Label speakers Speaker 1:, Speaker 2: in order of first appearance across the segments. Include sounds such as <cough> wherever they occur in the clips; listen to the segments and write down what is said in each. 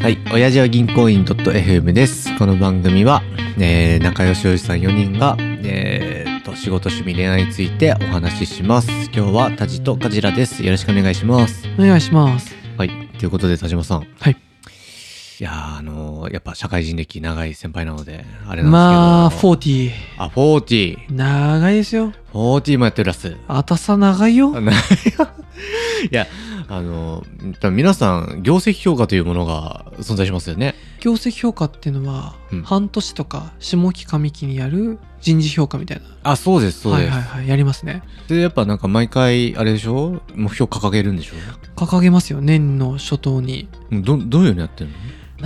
Speaker 1: はい、親父は銀行員 .fm です。この番組は、えー、仲良しおじさん4人が、えー、と、仕事、趣味、恋愛についてお話しします。今日はタジとカジラです。よろしくお願いします。
Speaker 2: お願いします。
Speaker 1: はい、ということで田島さん。
Speaker 2: はい。
Speaker 1: いやー、あのーやっぱ社会人歴長い先輩なので、あれなんですけど。
Speaker 2: まあ、40。
Speaker 1: あ、40。
Speaker 2: 長いですよ。
Speaker 1: 40もやってるらす。
Speaker 2: あたさ長い
Speaker 1: あ
Speaker 2: よ。
Speaker 1: ないや、あのー、多分皆さん、業績評価というものが存在しますよね。
Speaker 2: 業績評価っていうのは、
Speaker 1: うん
Speaker 2: 半年とか下期上期にやる人事評価みたいな。
Speaker 1: あ、そうです、そう
Speaker 2: は
Speaker 1: で
Speaker 2: い
Speaker 1: す。
Speaker 2: はいはい。やりますね。
Speaker 1: でやっぱなんか毎回あれでしょ目標掲げるんでしょ
Speaker 2: 掲げますよ。年の初頭に。
Speaker 1: どどういうのやってるの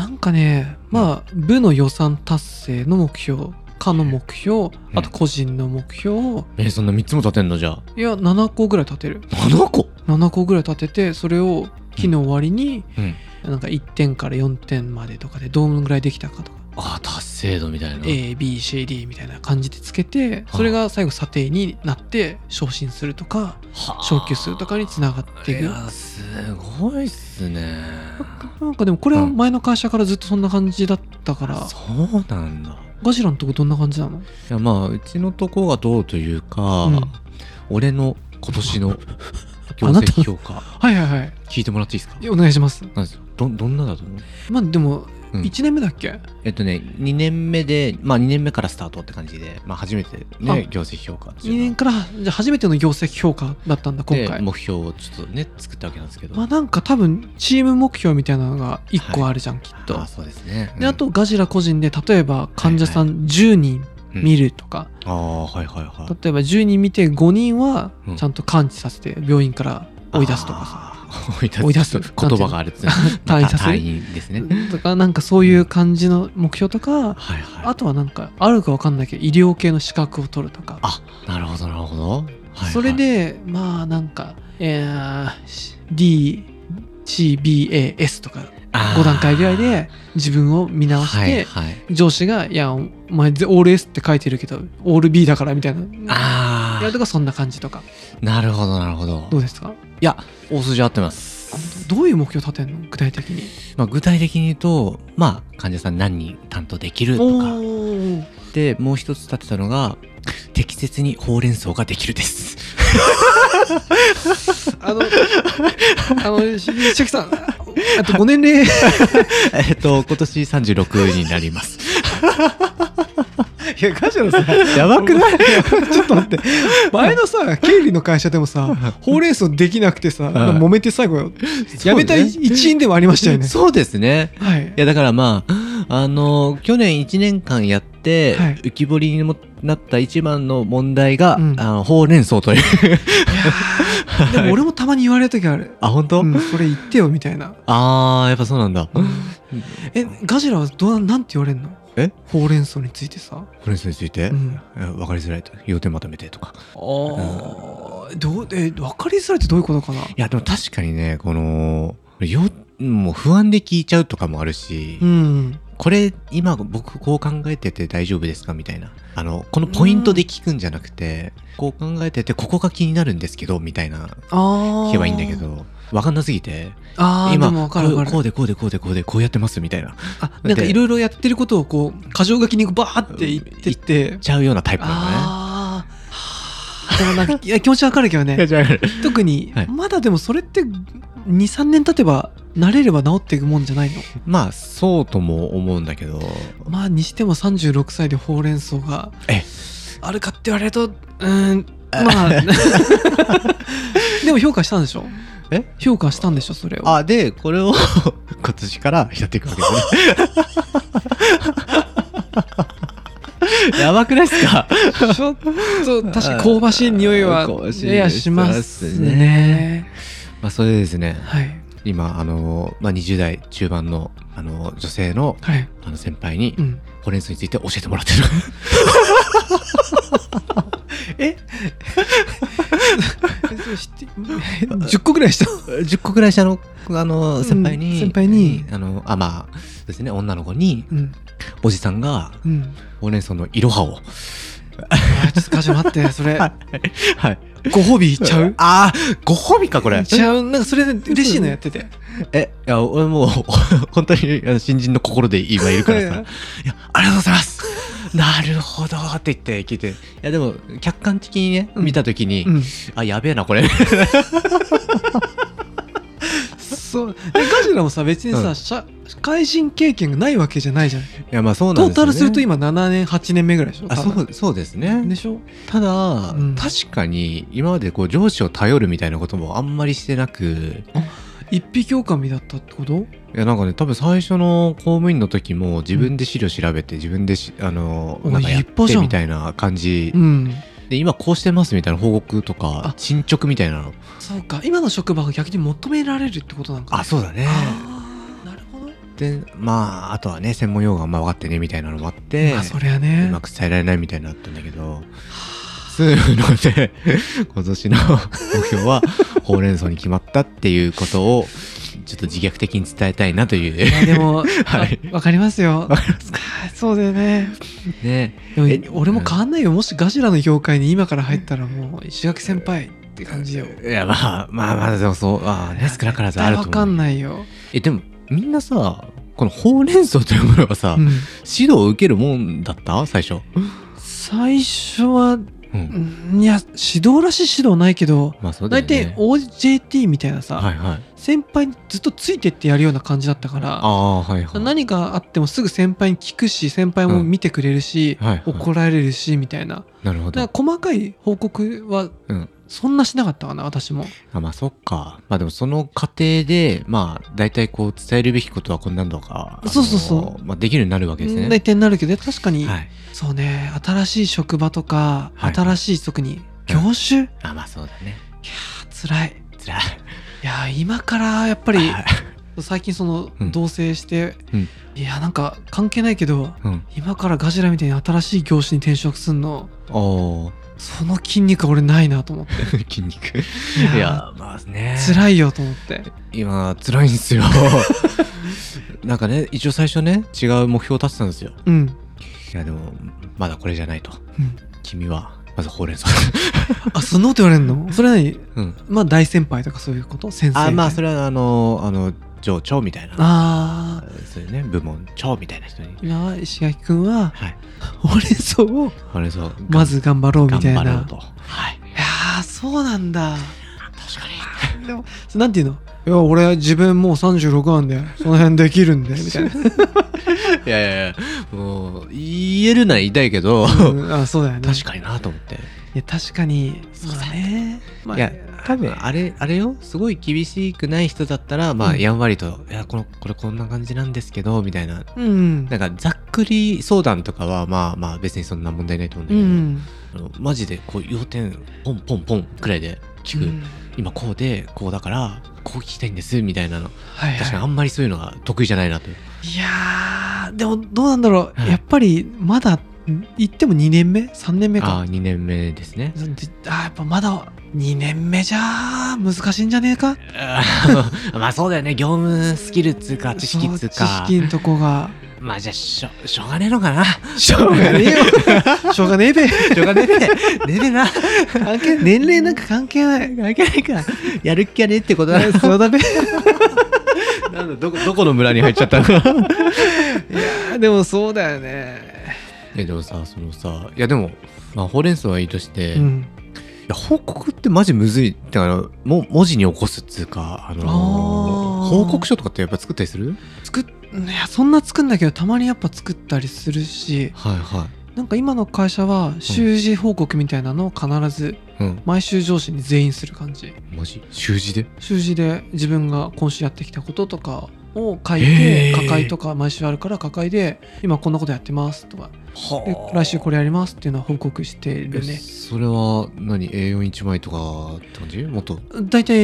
Speaker 2: なんかね、まあ、部の予算達成の目標、課の目標、あと個人の目標、
Speaker 1: えそんな3つも立てんのじゃあ
Speaker 2: いや、7個ぐらい立てる。
Speaker 1: 7個
Speaker 2: 7個ぐらい立てて、それを期の終わりに、
Speaker 1: うん
Speaker 2: なんか1点から4点までとかで、どんぐらいできたかとか。
Speaker 1: ああ達成度みたいな、
Speaker 2: ABCD みたいな感じでつけて
Speaker 1: あ
Speaker 2: それが最後査定になって昇進するとか
Speaker 1: はあ
Speaker 2: 昇給するとかにつながってい
Speaker 1: い
Speaker 2: く
Speaker 1: やすごいっす <laughs> ね
Speaker 2: なんかでもこれは前の会社からずっとそんな感じだったから
Speaker 1: そうなんだ
Speaker 2: ガジラのとこどんな感じなの
Speaker 1: いやまあうちのとこがどうというか、
Speaker 2: うん
Speaker 1: 俺の今年 <laughs> の業
Speaker 2: あなた
Speaker 1: 績評価
Speaker 2: はいはいはい
Speaker 1: 聞いてもらっていいですか
Speaker 2: お願いします
Speaker 1: なんですどどんなだと思う
Speaker 2: まあでも
Speaker 1: うん
Speaker 2: 1年目だっけ、
Speaker 1: えっとね2年目でまあ2年目からスタートって感じで、まあ、初めて
Speaker 2: あ
Speaker 1: ね業績評価っていう
Speaker 2: 2
Speaker 1: のは
Speaker 2: 年からじゃあ初めての業績評価だったんだ今
Speaker 1: で
Speaker 2: 回
Speaker 1: 目標をちょっとね作ったわけなんですけど、
Speaker 2: まあなんか多分チーム目標みたいなのが1個あるじゃん、きっと
Speaker 1: あそうですね
Speaker 2: であとガジラ個人で例えば患者さん10人見
Speaker 1: る、
Speaker 2: るとか、
Speaker 1: うんああはいはいはい
Speaker 2: 例えば10人見て5人は
Speaker 1: うん
Speaker 2: ちゃんと完治させて病院から追い出すとかさ、
Speaker 1: あー <laughs> 追い出す
Speaker 2: 追い出す
Speaker 1: ちょっと言葉があれですね
Speaker 2: <laughs> 退院させ
Speaker 1: 退
Speaker 2: る
Speaker 1: 院ですね
Speaker 2: とかなんかそういう感じの目標とか
Speaker 1: はいはい
Speaker 2: あとはなんかあるかわかんないけど医療系の資格を取るとか、
Speaker 1: あなるほどなるほど、はいはい
Speaker 2: それでまあなんか、えー、DCBAS とか
Speaker 1: あー
Speaker 2: 5段階ぐらいで自分を見直して、
Speaker 1: はいはい
Speaker 2: 上司が「いやお前オール S って書いてるけどオール B だから」みたいな。
Speaker 1: あ
Speaker 2: やるとかそんな感じとか
Speaker 1: あなるほどなるほど
Speaker 2: どうですか
Speaker 1: いや大筋合ってます
Speaker 2: どういう目標立てんの具体的に
Speaker 1: まあ、具体的に言うと、まあ、患者さん何人担当できるとか
Speaker 2: おー
Speaker 1: でもう一つ立てたのが適切にほうれん草ができるです
Speaker 2: あの、あの、ししゅきさん、あとご年齢、
Speaker 1: <laughs> えっと、今年36になり
Speaker 2: <laughs>
Speaker 1: ます。いや、ガジラさん、やばくない
Speaker 2: <laughs> ちょっと待って、 <laughs> 前のさ、経理の会社でもさ、ほうれん草できなくてさ、
Speaker 1: はい
Speaker 2: 揉めて最後、やめた一員でもありましたよね。
Speaker 1: そうですね。
Speaker 2: はい
Speaker 1: い。や、だからまあ、あの、去年1年間やって、
Speaker 2: はい
Speaker 1: 浮き彫りにもなった一番の問題が、
Speaker 2: うん
Speaker 1: あのほうれん草という。
Speaker 2: いやーでも俺もたまに言われるとき <laughs> ある。
Speaker 1: あ、本当？
Speaker 2: うん、それ言ってよみたいな。
Speaker 1: あー、やっぱそうなんだ。ほ
Speaker 2: え、ガジラはどうなんて言われんの
Speaker 1: え
Speaker 2: ほうれん草についてさ。
Speaker 1: うれん草について、
Speaker 2: うん。
Speaker 1: えわかりづらいと。要点まとめてとか。
Speaker 2: ああ、どう、え、わかりづらいってどういうことかない
Speaker 1: や、でも確かにね、この、よもう不安で聞いちゃうとかもあるし、
Speaker 2: うん。
Speaker 1: これ今僕こう考えてて大丈夫ですかみたいなあのこのポイントで聞くんじゃなくて、こう考えててここが気になるんですけどみたいな
Speaker 2: ああ。
Speaker 1: 聞けばいいんだけ。ど分かんなすぎて
Speaker 2: ああ、で
Speaker 1: 今
Speaker 2: もわかるわか
Speaker 1: こう
Speaker 2: る
Speaker 1: こ。うでこうでこうでこうでこうやってますみたいな
Speaker 2: あなんか
Speaker 1: で
Speaker 2: いろいろやってることをこう箇条書きにバーって言ってって
Speaker 1: ちゃうようなタイプなのね。
Speaker 2: ああでも
Speaker 1: <laughs>
Speaker 2: なんかいや気持ちわかるけど
Speaker 1: いや
Speaker 2: ね
Speaker 1: じゃあ
Speaker 2: 特に
Speaker 1: はい
Speaker 2: まだでもそれって23年経てば慣れれば治っていくもんじゃないの
Speaker 1: <laughs> まあそうとも思うんだけど
Speaker 2: まあにしても36歳でほうれん草が
Speaker 1: え
Speaker 2: あるかって言われるとうーん
Speaker 1: <laughs>
Speaker 2: まあ <laughs> でも評価したんでしょ
Speaker 1: え
Speaker 2: 評価したんでしょそれを
Speaker 1: あでこれを <laughs> 今年からやっていくわけですね。
Speaker 2: <laughs>
Speaker 1: やばくないっすか
Speaker 2: ちょっと確かに香ばしい匂いは
Speaker 1: 香ばしい
Speaker 2: ややします
Speaker 1: です
Speaker 2: ね
Speaker 1: まあそれでですね
Speaker 2: はい
Speaker 1: 今あの、まあ、20代中盤のあの女性の
Speaker 2: はい
Speaker 1: あの先輩に
Speaker 2: うん
Speaker 1: ほうれん草について教えてもらってるえ
Speaker 2: えそう知って10個ぐ <laughs> らいした
Speaker 1: <laughs> 10個ぐらい下のあの先輩に、
Speaker 2: うん先輩に
Speaker 1: あのあまあそうですね女の子に
Speaker 2: うん
Speaker 1: おじさんが
Speaker 2: うん
Speaker 1: ほうれん草のいろはを
Speaker 2: あちょっとガジラ待ってそれ
Speaker 1: はい
Speaker 2: ご褒美いっちゃう
Speaker 1: あーご褒美かこ
Speaker 2: い
Speaker 1: れ
Speaker 2: っちゃうなんかそれで嬉しいのやってて
Speaker 1: えいや俺もう <laughs> 本当にあの新人の心で今いるからさいやありがとうございますなるほどって言って聞いていやでも客観的にね
Speaker 2: うん
Speaker 1: 見た時に、
Speaker 2: うん
Speaker 1: あやべえなこれ
Speaker 2: そうでガジラもさ別にさ、
Speaker 1: うん
Speaker 2: 社会人経験がないわけじゃないじゃん
Speaker 1: いやまあそうなんですよ、ね、
Speaker 2: トータルすると今7年8年目ぐらいでしょ
Speaker 1: あ
Speaker 2: 多分
Speaker 1: <laughs> そうそうですね
Speaker 2: でしょ
Speaker 1: ただ、
Speaker 2: うん
Speaker 1: 確かに今までこう上司を頼るみたいなこともあんまりしてなく
Speaker 2: 一匹狼だったってこと
Speaker 1: いやなんかね多分最初の公務員の時も自分で資料調べて自分でしあの
Speaker 2: お
Speaker 1: なんかやっ
Speaker 2: 立派じ
Speaker 1: て
Speaker 2: ゃん
Speaker 1: みたいな感じ
Speaker 2: うん
Speaker 1: で今こうしてますみたいな報告とか
Speaker 2: あ
Speaker 1: 進捗みたいなの
Speaker 2: そうか今の職場が逆に求められるってことなんか
Speaker 1: あそうだね
Speaker 2: あーなるほど、
Speaker 1: でまああとはね専門用語があんま分かってねみたいなのもあって、
Speaker 2: まあそりゃ
Speaker 1: う
Speaker 2: ね
Speaker 1: まく伝えられないみたいになったんだけどそういうので今年の目標はほうれん草に決まったっていうことをちょっと自虐的に伝えたいなという
Speaker 2: いやでも、
Speaker 1: <laughs> はい
Speaker 2: あわかりますよ
Speaker 1: わ。
Speaker 2: はいそうだよね。
Speaker 1: <laughs> ね
Speaker 2: でも
Speaker 1: え
Speaker 2: 俺も変わんないよ。もしガジラの業界に今から入ったらもう石垣先輩って感じよ。
Speaker 1: いやまあまあまあでもそうああね少なからずあると思う
Speaker 2: 絶対わかんないよ。
Speaker 1: えでもみんなさこのほうれん草というものはさ、
Speaker 2: うん
Speaker 1: 指導を受けるもんだった最初、
Speaker 2: 最初は、
Speaker 1: う、
Speaker 2: うんんいや、指導らしい指導ないけど、
Speaker 1: まあそうだよ
Speaker 2: 大
Speaker 1: ね
Speaker 2: 体 OJT みたいなさ、
Speaker 1: はいはい
Speaker 2: 先輩にずっとついてってやるような感じだったから、
Speaker 1: ああーはいはい
Speaker 2: 何があってもすぐ先輩に聞くし、先輩も見てくれるし、
Speaker 1: はいはい
Speaker 2: 怒られるし、みたいな。
Speaker 1: なるほ
Speaker 2: だ
Speaker 1: ど
Speaker 2: から細かい報告は
Speaker 1: うん
Speaker 2: そんなしなかったかな私も
Speaker 1: あまあそっかまあでもその過程でまあ大体こう伝えるべきことはこんなんとかあの
Speaker 2: そうそうそう
Speaker 1: まあ、できるようになるわけですね
Speaker 2: 大体になるけど確かに、
Speaker 1: はい
Speaker 2: そうね新しい職場とか、
Speaker 1: はい
Speaker 2: 新しい特に業種、いや
Speaker 1: あまあそうだね
Speaker 2: ー辛い
Speaker 1: つらい
Speaker 2: いやー今からやっぱり
Speaker 1: はい
Speaker 2: 最近その
Speaker 1: うん
Speaker 2: 同棲して、
Speaker 1: うん
Speaker 2: いやなんか関係ないけど
Speaker 1: <laughs> うん
Speaker 2: 今からガジラみたいに新しい業種に転職すんの
Speaker 1: おー <laughs>
Speaker 2: その筋肉俺ないなと思って
Speaker 1: 筋肉
Speaker 2: い
Speaker 1: い
Speaker 2: や
Speaker 1: やまあね
Speaker 2: ー辛いよと思って
Speaker 1: 今辛いんですよ <laughs> なんかね一応最初ね違う目標を立てたんですよ
Speaker 2: うん、
Speaker 1: いやでもまだこれじゃないと
Speaker 2: うん、
Speaker 1: 君はまずほうれん草 <laughs>
Speaker 2: あそんなこと言われるのそれ何
Speaker 1: うん
Speaker 2: まあ大先輩とかそういうこと先生
Speaker 1: あまあそ
Speaker 2: れ
Speaker 1: れはあのあの上長みたいな
Speaker 2: ああ
Speaker 1: そういうね部門長みたいな人に
Speaker 2: 今は石垣くんは
Speaker 1: はい
Speaker 2: ほうれん草を
Speaker 1: ほうれん草
Speaker 2: まず頑張ろうみ
Speaker 1: 頑
Speaker 2: たいな
Speaker 1: 張
Speaker 2: い
Speaker 1: ろ
Speaker 2: や
Speaker 1: うとはい
Speaker 2: ーそうなん <laughs> だ
Speaker 1: 確かに
Speaker 2: でもそなんていうのいや俺自分もう36なんでその辺できるんでみたいな、
Speaker 1: いやいやいやもう言えるなら言いたいけど、
Speaker 2: うんあそうだよね
Speaker 1: 確
Speaker 2: か
Speaker 1: かになと思って、
Speaker 2: にいや確かに
Speaker 1: そうだ
Speaker 2: まあね、まあ
Speaker 1: いや多分あれあれよすごい厳しくない人だったらまあ
Speaker 2: うん
Speaker 1: やんわりと「いやこのこれこんな感じなんですけど」みたいな
Speaker 2: うん
Speaker 1: なんかざっくり相談とかはまあまあ別にそんな問題ないと思
Speaker 2: う
Speaker 1: うんだけ
Speaker 2: ん
Speaker 1: ど、あのマジでこう要点ポンポンポンくらいで聞く、
Speaker 2: うん
Speaker 1: 今こうでこうだからこう聞きたいんですみたいなの
Speaker 2: はいはい
Speaker 1: 確かにあんまりそういうのが得意じゃないなという
Speaker 2: いやーでもどうなんだろう、
Speaker 1: はい
Speaker 2: やっぱりまだん言っても2年目3年目
Speaker 1: あ
Speaker 2: か
Speaker 1: あ2年目ですね
Speaker 2: であーやっぱまだ2年目じゃ難しいんじゃねえか
Speaker 1: あー <laughs> まあそうだよね業務スキルっつうか知識っつう
Speaker 2: そう
Speaker 1: か
Speaker 2: 知識んとこが
Speaker 1: まあじゃあしょしょうがねえのかな
Speaker 2: <laughs> しょうがねえよしょうがねえべ
Speaker 1: しょうがねえべねえべな
Speaker 2: 関係年齢なんか関係ない
Speaker 1: 関係ないかやる気がねえってことだ
Speaker 2: <laughs> そうだべい
Speaker 1: <laughs> なんだどこどこの村に入っちゃったの
Speaker 2: やでもそうだよね
Speaker 1: <laughs> えでもさそのさいやでも、まあ、ほうれん草はいいとして、
Speaker 2: う
Speaker 1: い
Speaker 2: ん
Speaker 1: や報告ってマジむずいだからも文字に起こすっつうか、あのー
Speaker 2: あー
Speaker 1: 報告書とかってやっぱ作ったりする
Speaker 2: 作っいやそんな作んだけどたまにやっぱ作ったりするし
Speaker 1: はいは
Speaker 2: なんか今の会社は習字報告みたいなのを必ず
Speaker 1: いうん
Speaker 2: 毎週上司に全員する感じ
Speaker 1: マジ習字で
Speaker 2: 習字で自分が今週やってきたこととかを書い
Speaker 1: へー
Speaker 2: て「抱え」とか毎週あるから抱えで「今こんなことやってます」とかで
Speaker 1: は
Speaker 2: 「来週これやります」っていうのは報告してるね
Speaker 1: それは何 A41 枚とかって感じもっと
Speaker 2: 大体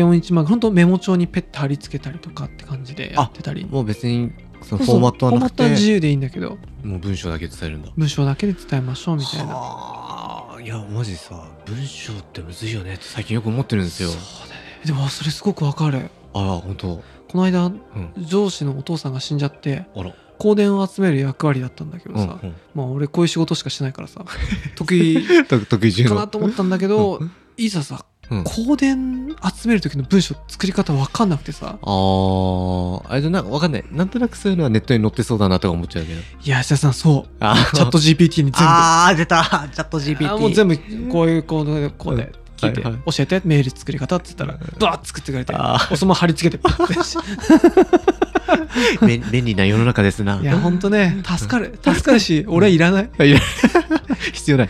Speaker 2: A41 枚ほんとメモ帳にペッて貼り付けたりとかって感じでやってたり
Speaker 1: もう別にその
Speaker 2: そう
Speaker 1: フ
Speaker 2: そ
Speaker 1: ォ
Speaker 2: う
Speaker 1: ーマットはなく
Speaker 2: フォーマットは自
Speaker 1: て
Speaker 2: 由でいいんだけど
Speaker 1: もう文章だけ伝えるんだ
Speaker 2: 文章だけで伝えましょうみたいな
Speaker 1: はあいやマジさ文章ってむずいよねって最近よく思ってるんですよ
Speaker 2: そうだねでもそれすごくわかる
Speaker 1: ああ本当
Speaker 2: この間
Speaker 1: うん
Speaker 2: 上司のお父さんが死んじゃって
Speaker 1: あら
Speaker 2: 香典を集める役割だったんだけど
Speaker 1: うん <laughs>
Speaker 2: さ、まあ俺こういう仕事しかしてないからさ得意
Speaker 1: うん、得意中
Speaker 2: かなと思ったんだけど、いざさ
Speaker 1: うん
Speaker 2: 香典集める時の文章作り方わかんなくてさ
Speaker 1: あああれじゃなんかわかんないなんとなくそういうのはネットに載ってそうだなとか思っちゃうけど
Speaker 2: いや芦田さんそう
Speaker 1: あー
Speaker 2: チャット GPT に全部
Speaker 1: あー出たチャット GPT
Speaker 2: あもう全部こういうこうでこうで聞いて、
Speaker 1: はいはい
Speaker 2: 教えてメール作り方って言ったらドワッと作ってくれて
Speaker 1: あ
Speaker 2: おそのまま貼り付けてパッて
Speaker 1: 便便利な世の中ですない
Speaker 2: やほんとね助かる助かるし俺はいらない
Speaker 1: いや <laughs> 必 <laughs> 要ない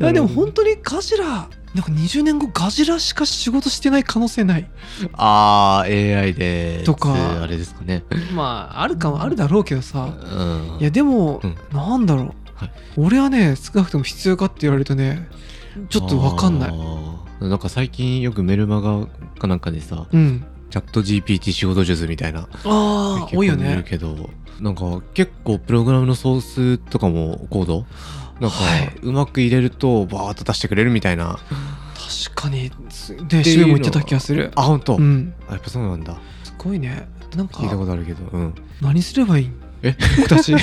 Speaker 2: あでも本当にガジラなんか20年後ガジラしか仕事してない可能性ない
Speaker 1: ああ AI で
Speaker 2: とか
Speaker 1: あれですかね
Speaker 2: まああるかもあるだろうけどさ
Speaker 1: うん
Speaker 2: いやでも、
Speaker 1: うん
Speaker 2: なんだろう、
Speaker 1: はい
Speaker 2: 俺はね少なくとも必要かって言われるとねちょっとわかんな
Speaker 1: あ
Speaker 2: い
Speaker 1: ーなんか最近よくメルマガかなんかでさ
Speaker 2: うん
Speaker 1: チャット GPT 仕事術みたいな
Speaker 2: ああ多いよ
Speaker 1: 結構見る
Speaker 2: ね
Speaker 1: けどなんか結構プログラムのソースとかもコードなんか
Speaker 2: はいう
Speaker 1: まく入れるとバーッと出してくれるみたいな
Speaker 2: 確かにね渋谷も言ってた気がする
Speaker 1: あ本当、
Speaker 2: うん
Speaker 1: あやっぱそうなんだ
Speaker 2: すごいねなんか
Speaker 1: 聞いたことあるけどうん
Speaker 2: 何すればいいん
Speaker 1: え
Speaker 2: 僕
Speaker 1: <laughs>
Speaker 2: たち
Speaker 1: い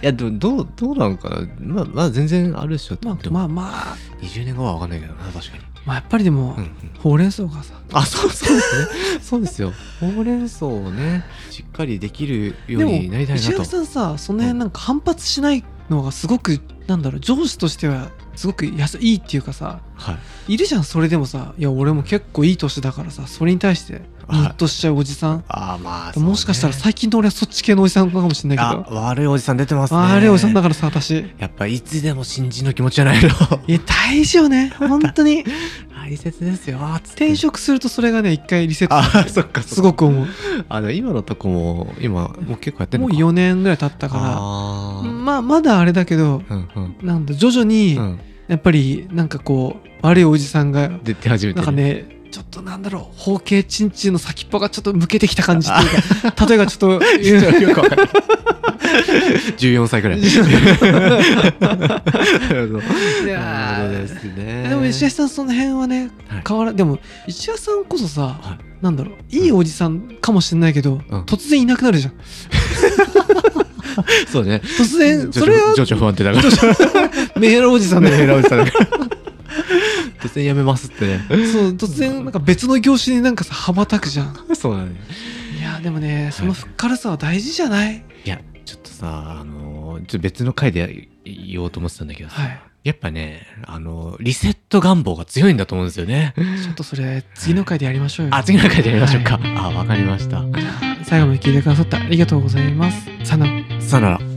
Speaker 1: やでもどうどうなんかなまあまあ全然あるでしょ
Speaker 2: ま
Speaker 1: で
Speaker 2: あ
Speaker 1: も
Speaker 2: まあまあ、
Speaker 1: 20年後は分かんないけどな確かに、
Speaker 2: まあ、やっぱりでも、
Speaker 1: うんうん、
Speaker 2: ほうれん草がさ
Speaker 1: あそうそうですね <laughs> そうですよほうれん草をねしっかりできるよう
Speaker 2: でも
Speaker 1: になりたいな
Speaker 2: 石
Speaker 1: と
Speaker 2: 垣さんさその辺なんか反発しないのがすごくなんだろう上司としてはすごくやさいいっていうかさ
Speaker 1: はい
Speaker 2: いるじゃんそれでもさいや俺も結構いい年だからさそれに対して
Speaker 1: はい
Speaker 2: ムッとしちゃうおじさん、
Speaker 1: ああまあ、
Speaker 2: もしかしたら
Speaker 1: 最
Speaker 2: 最近の俺はそっち系のおじさんかもしれないけ
Speaker 1: あ
Speaker 2: ど
Speaker 1: 悪いおじさん出てますね
Speaker 2: あれおじさんだからさ私い
Speaker 1: やっぱいつでも新人の気持ちじゃ
Speaker 2: <laughs>
Speaker 1: ないの
Speaker 2: や大事よね <laughs> 本当
Speaker 1: <laughs>
Speaker 2: に
Speaker 1: 大切ですよつって
Speaker 2: 転職するとそれがね一回リセット
Speaker 1: あそっか
Speaker 2: すご
Speaker 1: く
Speaker 2: く思う
Speaker 1: あの今のとこも今もう結構やってる
Speaker 2: も
Speaker 1: の
Speaker 2: う
Speaker 1: か
Speaker 2: 4年ぐらい経ったか
Speaker 1: あ
Speaker 2: ら
Speaker 1: ー
Speaker 2: まあまだあれだけど
Speaker 1: うんうん
Speaker 2: なんだ徐々に
Speaker 1: うん
Speaker 2: やっぱりなんかこう悪いおじさんが
Speaker 1: 出て始めて
Speaker 2: なん
Speaker 1: る
Speaker 2: かねちょっとなんだろう包茎チンチンの先っぽがちょっと向けてきた感じってい
Speaker 1: <laughs>
Speaker 2: うか例えばちょっと
Speaker 1: ちょっとよくわかんない14歳ぐらい <laughs> そう
Speaker 2: いや
Speaker 1: な
Speaker 2: ー
Speaker 1: るほどですね
Speaker 2: でも石橋さんその辺はね
Speaker 1: はい
Speaker 2: 変わらでも石橋さんこそさ、
Speaker 1: は
Speaker 2: なんだろういいおじさんかもしれないけど、
Speaker 1: ん
Speaker 2: 突然いなくなるじゃん
Speaker 1: そうね
Speaker 2: 突然それは
Speaker 1: 情緒不安定だから
Speaker 2: メヘラお
Speaker 1: <laughs>
Speaker 2: じさんだよ
Speaker 1: ヘラおじさんだから突然やめますってね
Speaker 2: そう突然なんか別の業種になんかさ羽ばたくじゃん
Speaker 1: <laughs> そうだね
Speaker 2: いやでもねそのふっからさは大事じゃない
Speaker 1: いやちょっとさあのーちょっと別の回で言おうと思ってたんだけどさ、
Speaker 2: はい
Speaker 1: やっぱねあのリセット願望が強いんだと思うんですよね
Speaker 2: ちょっとそれ次の回でやりましょうよ
Speaker 1: あ次の回でやりましょうか、あわかりました
Speaker 2: 最後まで聞いてくださってありがとうございますさよなら
Speaker 1: さよなら